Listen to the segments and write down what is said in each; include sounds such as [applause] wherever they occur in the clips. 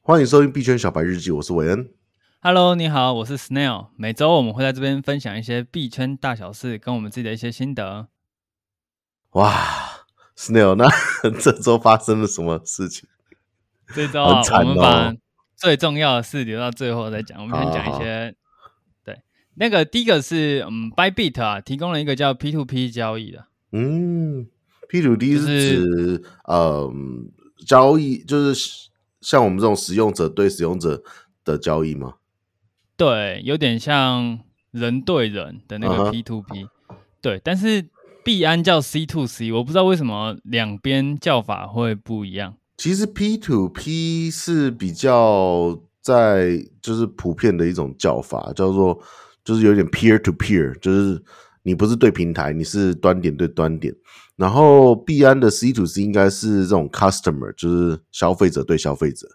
欢迎收听币圈小白日记，我是韦恩。 Hello，你好，我是 Snail。每周我们会在这边分享一些币圈大小事，跟我们自己的一些心得。哇，Snail，那 [laughs] 这周发生了什么事情？这周啊很，惨我们哦把最重要的事留到最后再讲。我们先讲好好一些，啊对，那个第一个是嗯，Bybit 啊，提供了一个叫 P to P 交易的，嗯，P to D 就是是指呃交易，就是像我们这种使用者对使用者的交易吗？对，有点像人对人的那嗯哼个 P to P，对，但是币安叫 C to C，我不知道为什么两边叫法会不一样。其实 P to P 是比较在就是普遍的一种叫法，叫做就是有点 peer to peer，就是你不是对平台，你是端点对端点。然后币安的 C to C 应该是这种 customer，就是消费者对消费者。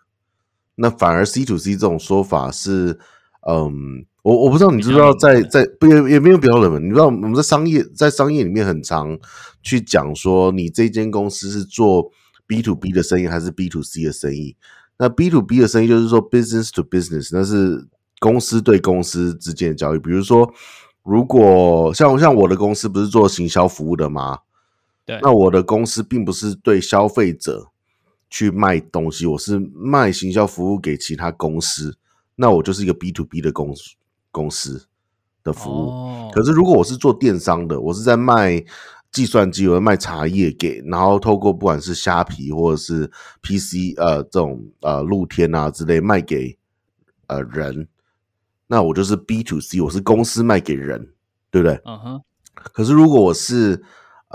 那反而 C to C 这种说法是，嗯，我我不知道你知不知道比较冷在门在不也也没有比较冷门，你知道我们在商业在商业里面很常去讲说，你这间公司是做 B to B 的生意还是 B to C 的生意？那 B to B 的生意就是说 business to business，那是公司对公司之间的交易。比如说，如果像像我的公司不是做行销服务的吗？对，那我的公司并不是对消费者去卖东西，我是卖行销服务给其他公司，那我就是一个 B to B 的公司公司的服务。哦，可是如果我是做电商的，我是在卖计算机，我在卖茶叶给，然后透过不管是虾皮或者是 PC 呃这种呃露天啊之类卖给呃人，那我就是 B to C，我是公司卖给人，对不对？嗯哼，可是如果我是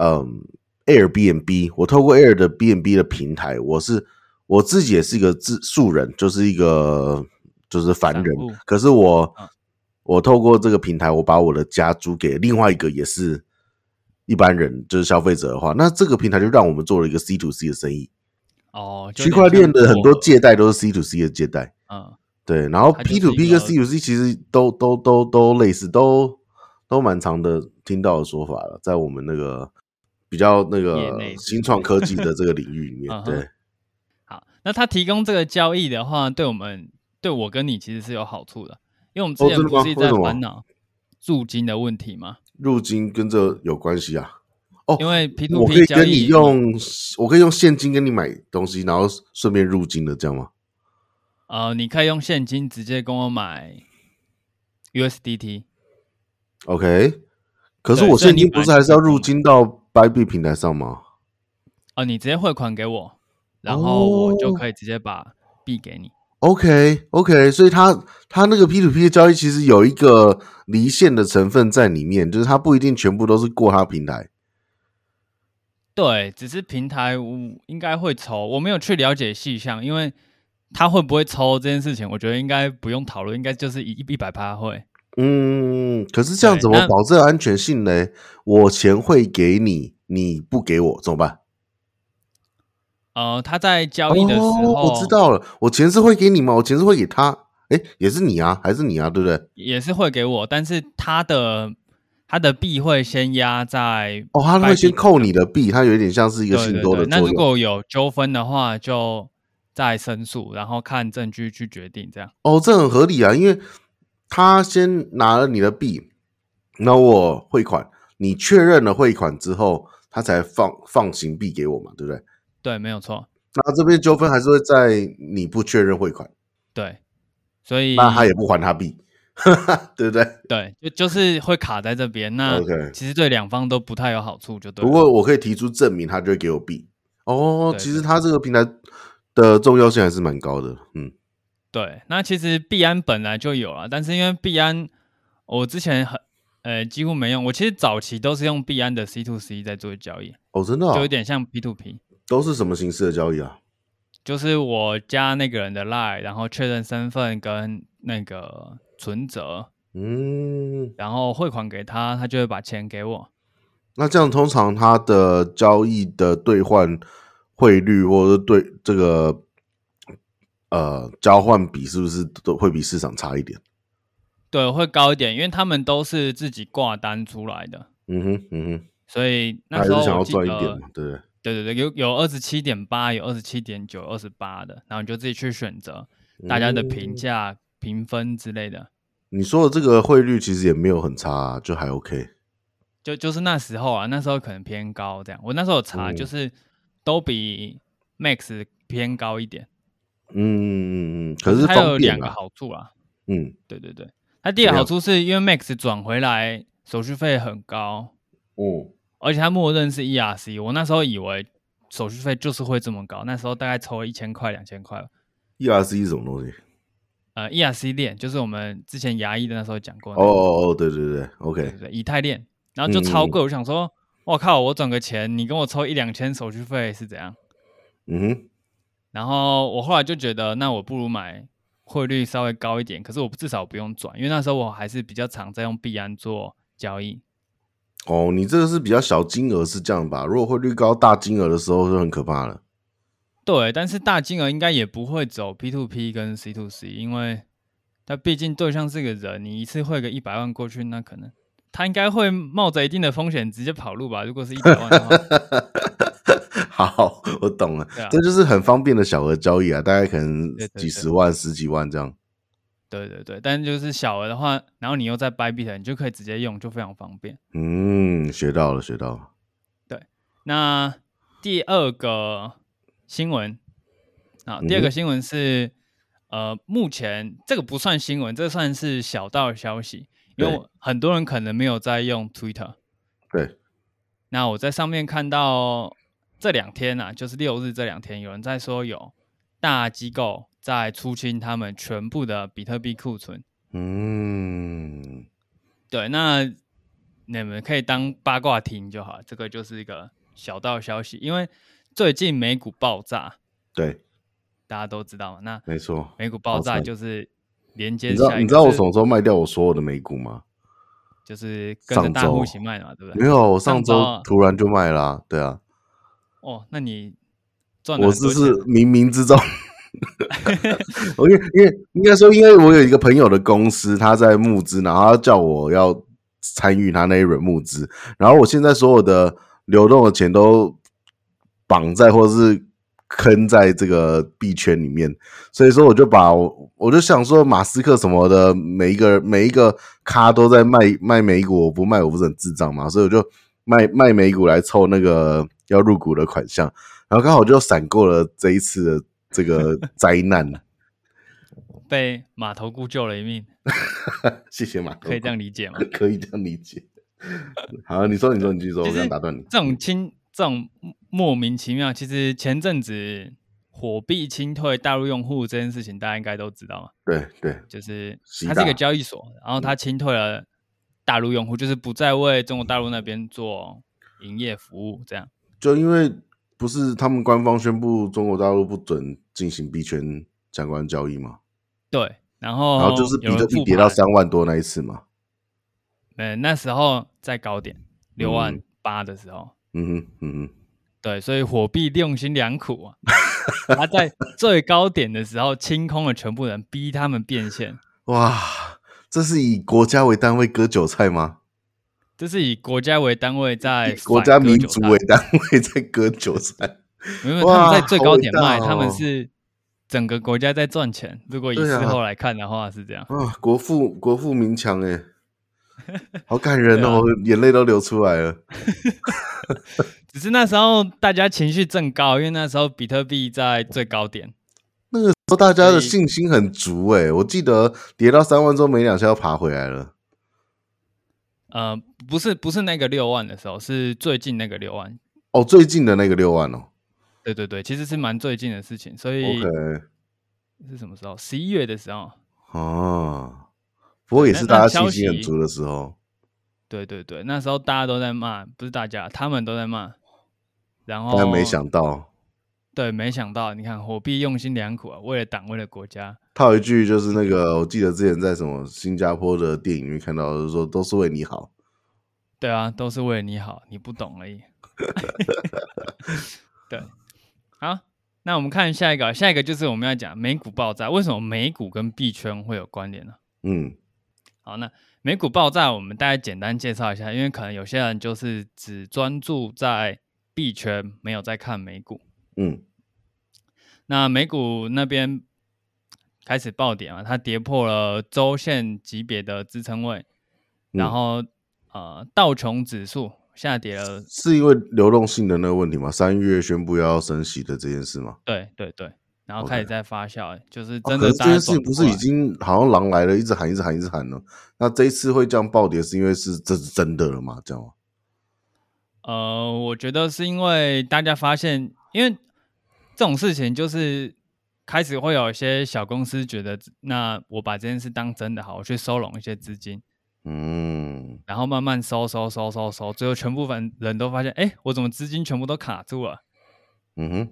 嗯 Airbnb，我透过 Air 的 B&B 的平台，我是我自己也是一个自素人，就是一个就是凡人散户。可是我、嗯我透过这个平台，我把我的家租给另外一个也是一般人，就是消费者的话，那这个平台就让我们做了一个 C to C 的生意。哦，就有区块点链像的很做多借贷都是 C to C 的借贷，嗯。对，然后它 P 就 to 是一 P 个跟 C to C 其实都都都都类似，都都蛮常的听到的说法了，在我们那个比较那业个内是新创科技的这个领域里面嗯，哼对，好，那他提供这个交易的话，对我们对我跟你其实是有好处的，因为我们之哦前真的不吗是一直为在什么烦恼驻金的问题吗？入金跟这有关系啊。哦因为 P to 我可以 P 交跟你易，用，我可以用现金跟你买东西，然后顺便入金的，这样吗？呃，你可以用现金直接跟我买 USDT， OK，可是对我所以现你金本不来是还就是要可以入买金到 Byte 平台上吗？哦、你直接汇款给我，然后我就可以直接把币给你。 OK OK，所以它它那个 P to P 的交易其实有一个离线的成分在里面，就是它不一定全部都是过它平台。对，只是平台我应该会抽，我没有去了解细项，因为他会不会抽这件事情，我觉得应该不用讨论，应该就是一一百趴会。嗯，可是这样对怎么那保证安全性呢？我钱会给你，你不给我怎么办？呃，他在交易的时候，哦，我知道了，我钱是会给你吗？我钱是会给他，哎，也是你啊，还是你啊，对不对？也是会给我，但是他的他的币会先压在哦，他会 Bybit 先扣你的币，它有一点像是一个对信对托的对，那作如用。果有纠纷的话，就再申诉，然后看证据去决定这样。哦，这很合理啊，因为他先拿了你的币，那我汇款，你确认了汇款之后，他才放放行币给我嘛，对不对？对，没有错，那这边纠纷还是会在你不确认汇款，对，所以那他也不还他币， [laughs] 对不对对，就就是会卡在这边。那？OK，其实对两方都不太有好处，就嗯对了。不过我可以提出证明，他就会给我币。哦，对其对实他这个平台的重要性还是蛮高的，嗯，对，那其实币安本来就有了，但是因为币安我之前很呃几乎没用，我其实早期都是用币安的 C to C 在做交易，哦，真的、就有哦，点像 P to P。都是什么形式的交易啊？就是我加那个人的 line，然后确认身份跟那个存折，嗯，然后汇款给他，他就会把钱给我。那这样通常它的交易的兑换汇率或者是对这个呃交换比是不是都会比市场差一点？对，会高一点，因为他们都是自己挂单出来的，嗯哼，嗯哼，所以那还时是候想我要记赚一点得，嘛，对嗯不对？对对对，有有二十七点八，有二十七点九，二十八的，然后你就自己去选择。大家的评嗯价、评分之类的。你说的这个汇率其实也没有很差、啊，就还 OK。就就是那时候啊，那时候可能偏高这样。我那时候有查，嗯就是都比 Max 偏高一点。嗯嗯嗯嗯，可是它有方便两啊个好处啦，嗯对对对，它第一个怎好样处是因为 Max 转回来手续费很高，嗯而且它默认是 ERC。我那时候以为手续费就是会这么高，那时候大概抽一千块、两千块吧。 ，ERC ，E 是什么东西？呃，ERC 链就是我们之前牙医的那时候讲过的哦哦哦，对对对对，OK，对对，以太链，然后就超贵。我想说，我靠，我转个钱，你跟我抽一两千手续费是怎样？嗯哼，然后我后来就觉得，那我不如买汇率稍微高一点，可是我至少不用转，因为那时候我还是比较常在用币安做交易。哦，你这个是比较小金额是这样吧？如果汇率高大金额的时候就很可怕了。对，但是大金额应该也不会走 P to P 跟 C to C，因为它毕竟对象是个人，你一次汇个一百万过去，那可能他应该会冒着一定的风险直接跑路吧？如果是一百万的话， [laughs] [laughs] 好，我懂了，对啊这就是很方便的小额交易啊，大概可能对对几对十万、十几万这样。对对对，但就是小额的话，然后你又在 b y b i t 你就可以直接用，就非常方便。嗯，学到了，学到了。那第二个新闻啊，嗯哼第二个新闻是、呃，目前这个不算新闻，这算是小道消息，因为对我很多人可能没有在用 Twitter。对，那我在上面看到这两天啊，就是六日这两天，有人在说有大机构在出清他们全部的比特币库存。嗯，对，那你们可以当八卦听就好，这个就是一个小道消息，因为最近美股爆炸，对，大家都知道嘛。那没错。美股爆炸惨就是连接你知道下一个是，你知道我什么时候卖掉我所有的美股吗？就是跟着上大户周一起卖嘛，对不没对？有，我上上周啊周突然就卖啦、对啊，哦，那你赚了我很是多是钱冥冥之中， [laughs] 我因为因为应该说，因为我有一个朋友的公司，他在募资，然后他叫我要参与他那一轮募资，然后我现在所有的流动的钱都绑在或者是坑在这个币圈里面，所以说我就把我我就想说，马斯克什么的，每一个每一个咖都在卖卖美股，我不卖我不是很智障嘛，所以我就卖卖美股来凑那个要入股的款项，然后刚好就闪过了这一次的这个灾难。被码头姑救了一命， [laughs] 谢谢马哥，可以这样 [laughs] 理解吗？可以这样理解。好，你说，你说，你继续说，我其不实想打断你。这种清这种莫名其妙，其实前阵子火币清退大陆用户这件事情，大家应该都知道嘛，对对，就是习它是大一嗯个交易所，然后它清退了大陆用户，就是不再为中国大陆那边做营业服务，这样。就因为不是他们官方宣布中国大陆不准进行币圈相关交易嘛，哦对，然后然后就是比有人特复币跌到盘，三万多那一次嘛。嗯，那时候在高点六万八的时候，嗯哼，嗯哼，对，所以火币用心良苦啊，他在最高点的时候清空了全部人，逼他们变现。哇，这是以国家为单位割韭菜吗？这是以国家为单位在以 [laughs] 国反家割民韭族菜为单位在割韭菜？没有，哇他们在最好高伟点大卖，他们哦是整个国家在赚钱。如果以对事啊后来看的话是这样，啊，国富国富民强 [laughs] 哎、好感人对啊哦，我眼泪都流出来了。只是那时候大家情绪正高，因为那时候比特币在最高点。说大家所以的信心很足哎、我记得跌到三万之后没两下又爬回来了。呃，不是不是那个六万的时候，是最近那个六万。哦，最近的那个六万哦对对对，其实是蛮最近的事情，所以，OK，是什么时候？十一月的时候。哦，不过也对是那大家那信心消息很足的时候。对对对，那时候大家都在骂，不是大家，他们都在骂。然后，但没想哦到，对，没想到，你看火币用心良苦啊，为了党，为了国家。他有一句就是那个，我记得之前在什么新加坡的电影里面看到，就是说都是为你好。对啊，都是为了你好，你不懂而已。 [laughs] 对，好，那我们看下一个，啊下一个就是我们要讲美股爆炸，为什么美股跟币圈会有关联呢、嗯好，那美股爆炸，我们大概简单介绍一下，因为可能有些人就是只专注在币圈，没有在看美股。嗯那美股那边开始爆点嘛，它跌破了周线级别的支撑位，然嗯后、呃道琼指数下跌了，是因为流动性的那个问题吗？三月宣布要升息的这件事吗？对对对，然后开始 OK 在发酵、欸就是哦真可的是这大家件事转情不不过是来、已经好像狼来了，一直喊，一直喊，一直喊了。那这一次会这样暴跌，是因为是这是真的了吗？这样吗？呃，我觉得是因为大家发现，因为这种事情就是开始会有一些小公司觉得，那我把这件事当真的好，我去收拢一些资金，嗯，然后慢慢收收收收收，最后全部反人都发现，哎，我怎么资金全部都卡住了？嗯哼，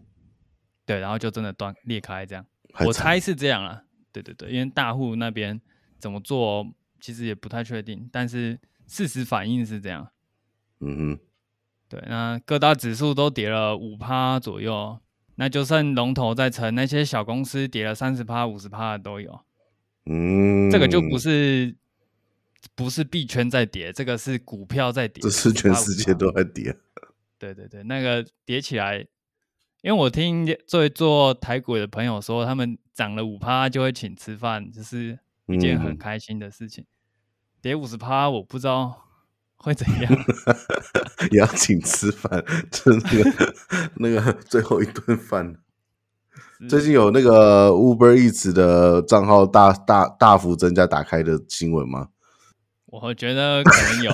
对，然后就真的断裂开这样。还我惨猜是这样啦。对对对，因为大户那边怎么做，其实也不太确定，但是事实反应是这样。嗯哼，对，那各大指数都跌了五趴左右，那就剩龙头在撑，那些小公司跌了三十趴、五十趴的都有。嗯，这个就不是不是币圈在跌，这个是股票在跌，这是全58世界都在跌。对对对，那个叠起来，因为我听做做台股的朋友说，他们涨了五趴就会请吃饭，就是一件嗯很开心的事情。跌五十趴，我不知道会怎样。也要请吃饭，就是那 [laughs] 个那个最后一顿饭。 [laughs] 嗯最近有那个 Uber Eats 的账号大大大幅增加打开的新闻吗？我觉得可能有，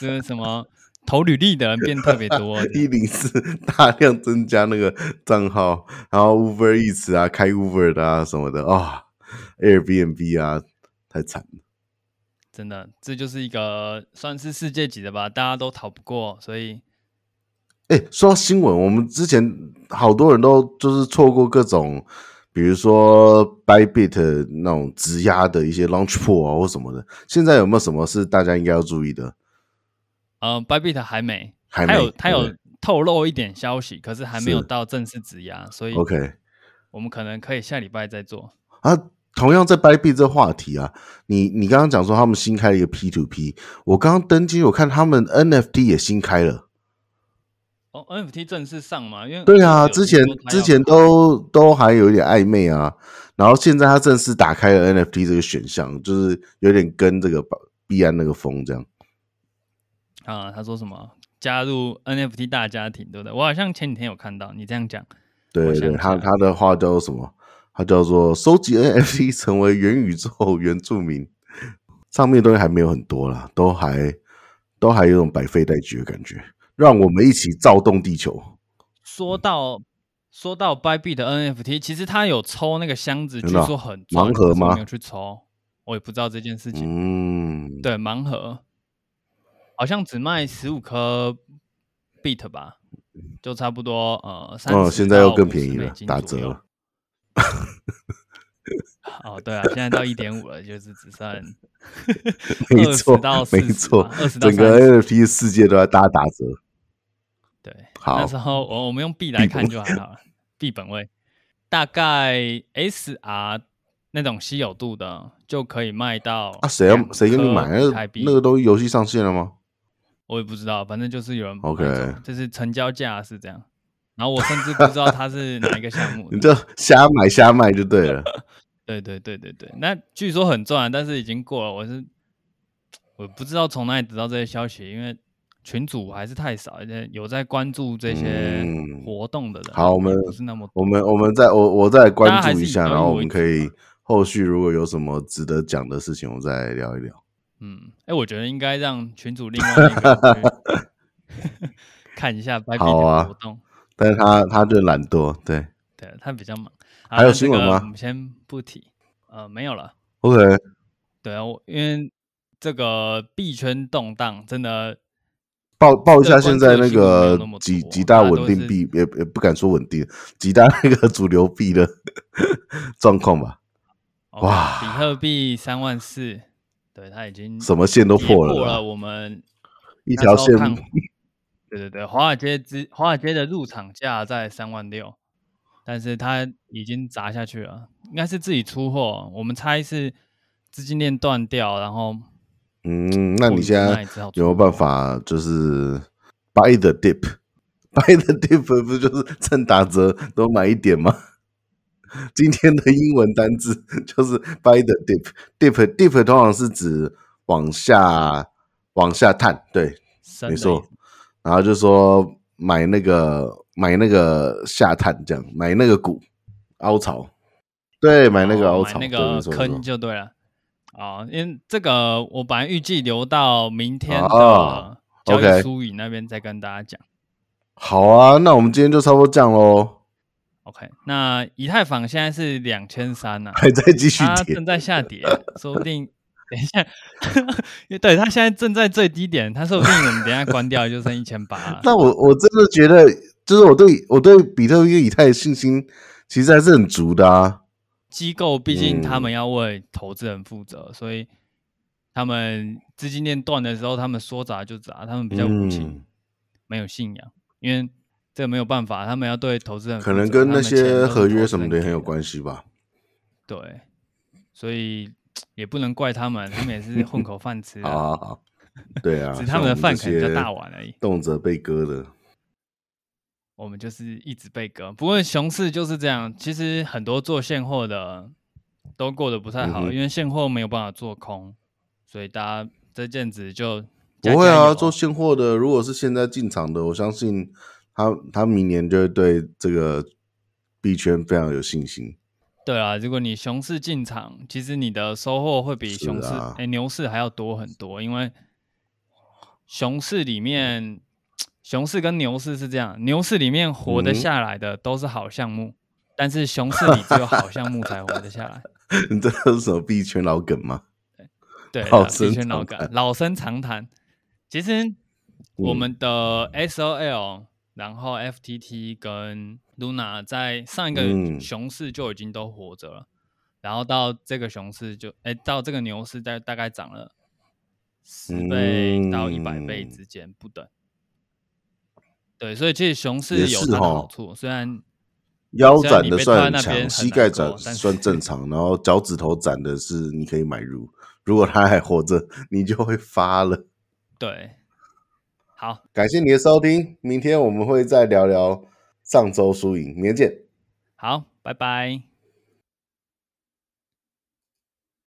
就是什么投履历的人变特别 [laughs] 多这一样，零四大量增加那个账号，然后 Uber Eats 啊，开 Uber 的啊什么的啊、Airbnb 啊，太惨了。真的，这就是一个算是世界级的吧，大家都逃不过，所以哎、说到新闻，我们之前好多人都就是错过各种，比如说 Bybit 那种质押的一些 Launch Pool 啊或什么的，现在有没有什么是大家应该要注意的？呃 b y b i t 还没，还它没有它对不有透露一点消息，可是还没有是到正式质押，所以 OK，我们可能可以下礼拜再做。啊，同样在掰币这话题啊，你你刚刚讲说他们新开了一个 P to P，我刚刚登记，我看他们 NFT 也新开了。哦，NFT 正式上嘛？因为对啊，我有之听前说它之要前开都都还有一点暧昧啊，然后现在他正式打开了 NFT 这个选项，就是有点跟这个币安那个风这样。啊，他说什么加入 NFT 大家庭，对不对？我好像前几天有看到你这样讲，对我对想对，起他来他的话叫做什么？他叫做收集 NFT [laughs] 成为元宇宙原住民。上面的东西还没有很多啦，都还都还有一种百废待举的感觉。让我们一起躁动地球。说到说到 Bybit 的 NFT，其实他有抽那个箱子，据真的啊说很赚盲盒可是我吗没有去抽，我也不知道这件事情。嗯，对，盲盒好像只卖十五颗 bit 吧，就差不多呃三。哦， 30现在又到更便50宜美了金，打左折右了。。哦，对啊，现在到一点五了，就是只剩 [laughs] 没20错到，没40错吧20，到整个30 NFT 世界都在大打折。对，那好时候我我们用 B 来看就还好了， [laughs] 币本位大概 SR 那种稀有度的就可以卖到啊，谁要哦两谁给你买？颗那以太个币那个东西游戏上线了吗？我也不知道，反正就是有人买 OK 走就是成交价是这样。然后我甚至不知道它是哪一个项目 [laughs] 你的。就瞎买瞎卖就对了。对对对对对，那据说很赚，但是已经过了。我是我不知道从哪里得到这些消息，因为群主还是太少，而且有在关注这些嗯活动的人。好我们也不是那么我们我们再我我再大家关还注是一以下，交易然后我为们主啊可以吧后续如果有什么值得讲的事情，我们再聊一聊。嗯，哎，我觉得应该让群主另外一个人去 [laughs] [laughs] 看一下 b y b 好啊的活动。但是他他就懒惰，对对他比较忙。啊还有那这新闻个吗我们先不提，呃，没有了。 ，OK，对啊，我因为这个币圈动荡，真的报报一这下关现注在的那新闻没个有那么几多几大大家稳都定是币，也也不敢说稳定，几大那个主流币的状况吧， OK，哇比特币三万四，对，它已经什么线都跌破了了，啦我们一那条时线候看对对对，华尔街之华尔街的入场价在三万六，但是它已经砸下去了，应该是自己出货，我们猜是资金链断掉，然后嗯，那货你运现从那在里只好有没有出办货？法就是 buy the [laughs] dip？buy the dip 不就是趁打折多买一点吗？ [laughs] 今天的英文单字 [laughs] 就是 buy the dip，dip dip 通常是指往下往下探，对，深的没意思错。然后就说买那个买那个下探，这样买那个股凹槽，对，买那个哦凹买槽，那对个没错没错坑就对了。哦，因为这个我本来预计留到明天哦的交 OK 易疏影那边再跟大家讲。好啊，那我们今天就差不多这样喽， OK，那以太坊现在是两千三啊呐，还在继续它跌正。在下跌，说不定等一下，对，它现在正在最低点，它说不定我们等一下关掉就剩一千八了。 [laughs] 那我我真的觉得，就是我对我对比特币、以太的信心其实还是很足的啊。机构毕竟他嗯们要为投资人负责，所以他们资金链断的时候，他们说砸就砸，他们比较无情，嗯没有信仰，因为这没有办法，他们要对投资人负责嗯可能跟那些合约什么的也很有。他关们钱都是投资人给系吧。对，所以也不能怪他们，他们也是混口饭 [laughs] 吃啊啊，啊，啊对啊，只 [laughs] 是他们的饭可能比较大像我们碗而这已些。动辄被割的。我们就是一直被割。不过熊市就是这样，其实很多做现货的都过得不太好，嗯哼因为现货没有办法做空，所以大家这阵子就不会啊，做做现货的，如果是现在进场的，我相信他他明年就会对这个币圈非常有信心。 [laughs] 对啊。如果你熊市进场，其实你的收获会比是熊市哎、啊诶牛市还要多很多，因为熊市里面。熊市跟牛市是这样，牛市里面活得嗯哼下来的都是好项目，但是熊市里只有好项目才活得下来。你这是什么币圈老梗吗？对，老老生圈老常梗，谈嗯老生常谈。其实我们的 SOL，、然后 FTT 跟 Luna 在上一嗯个熊市就已经都活着了，然后到这个熊市就，哎，到这个牛市大大概涨了十倍到一百倍嗯之间不等。对，所以其实熊也市有是它的吼好处，虽然腰虽然斩你的被算推到那边强，很膝难盖过斩但是算正常，然后脚趾头斩的是你可以买入。如果他还活着，你就会发了。对，好，感谢你的收听，明天我们会再聊聊上周输赢，明天见。好，拜拜。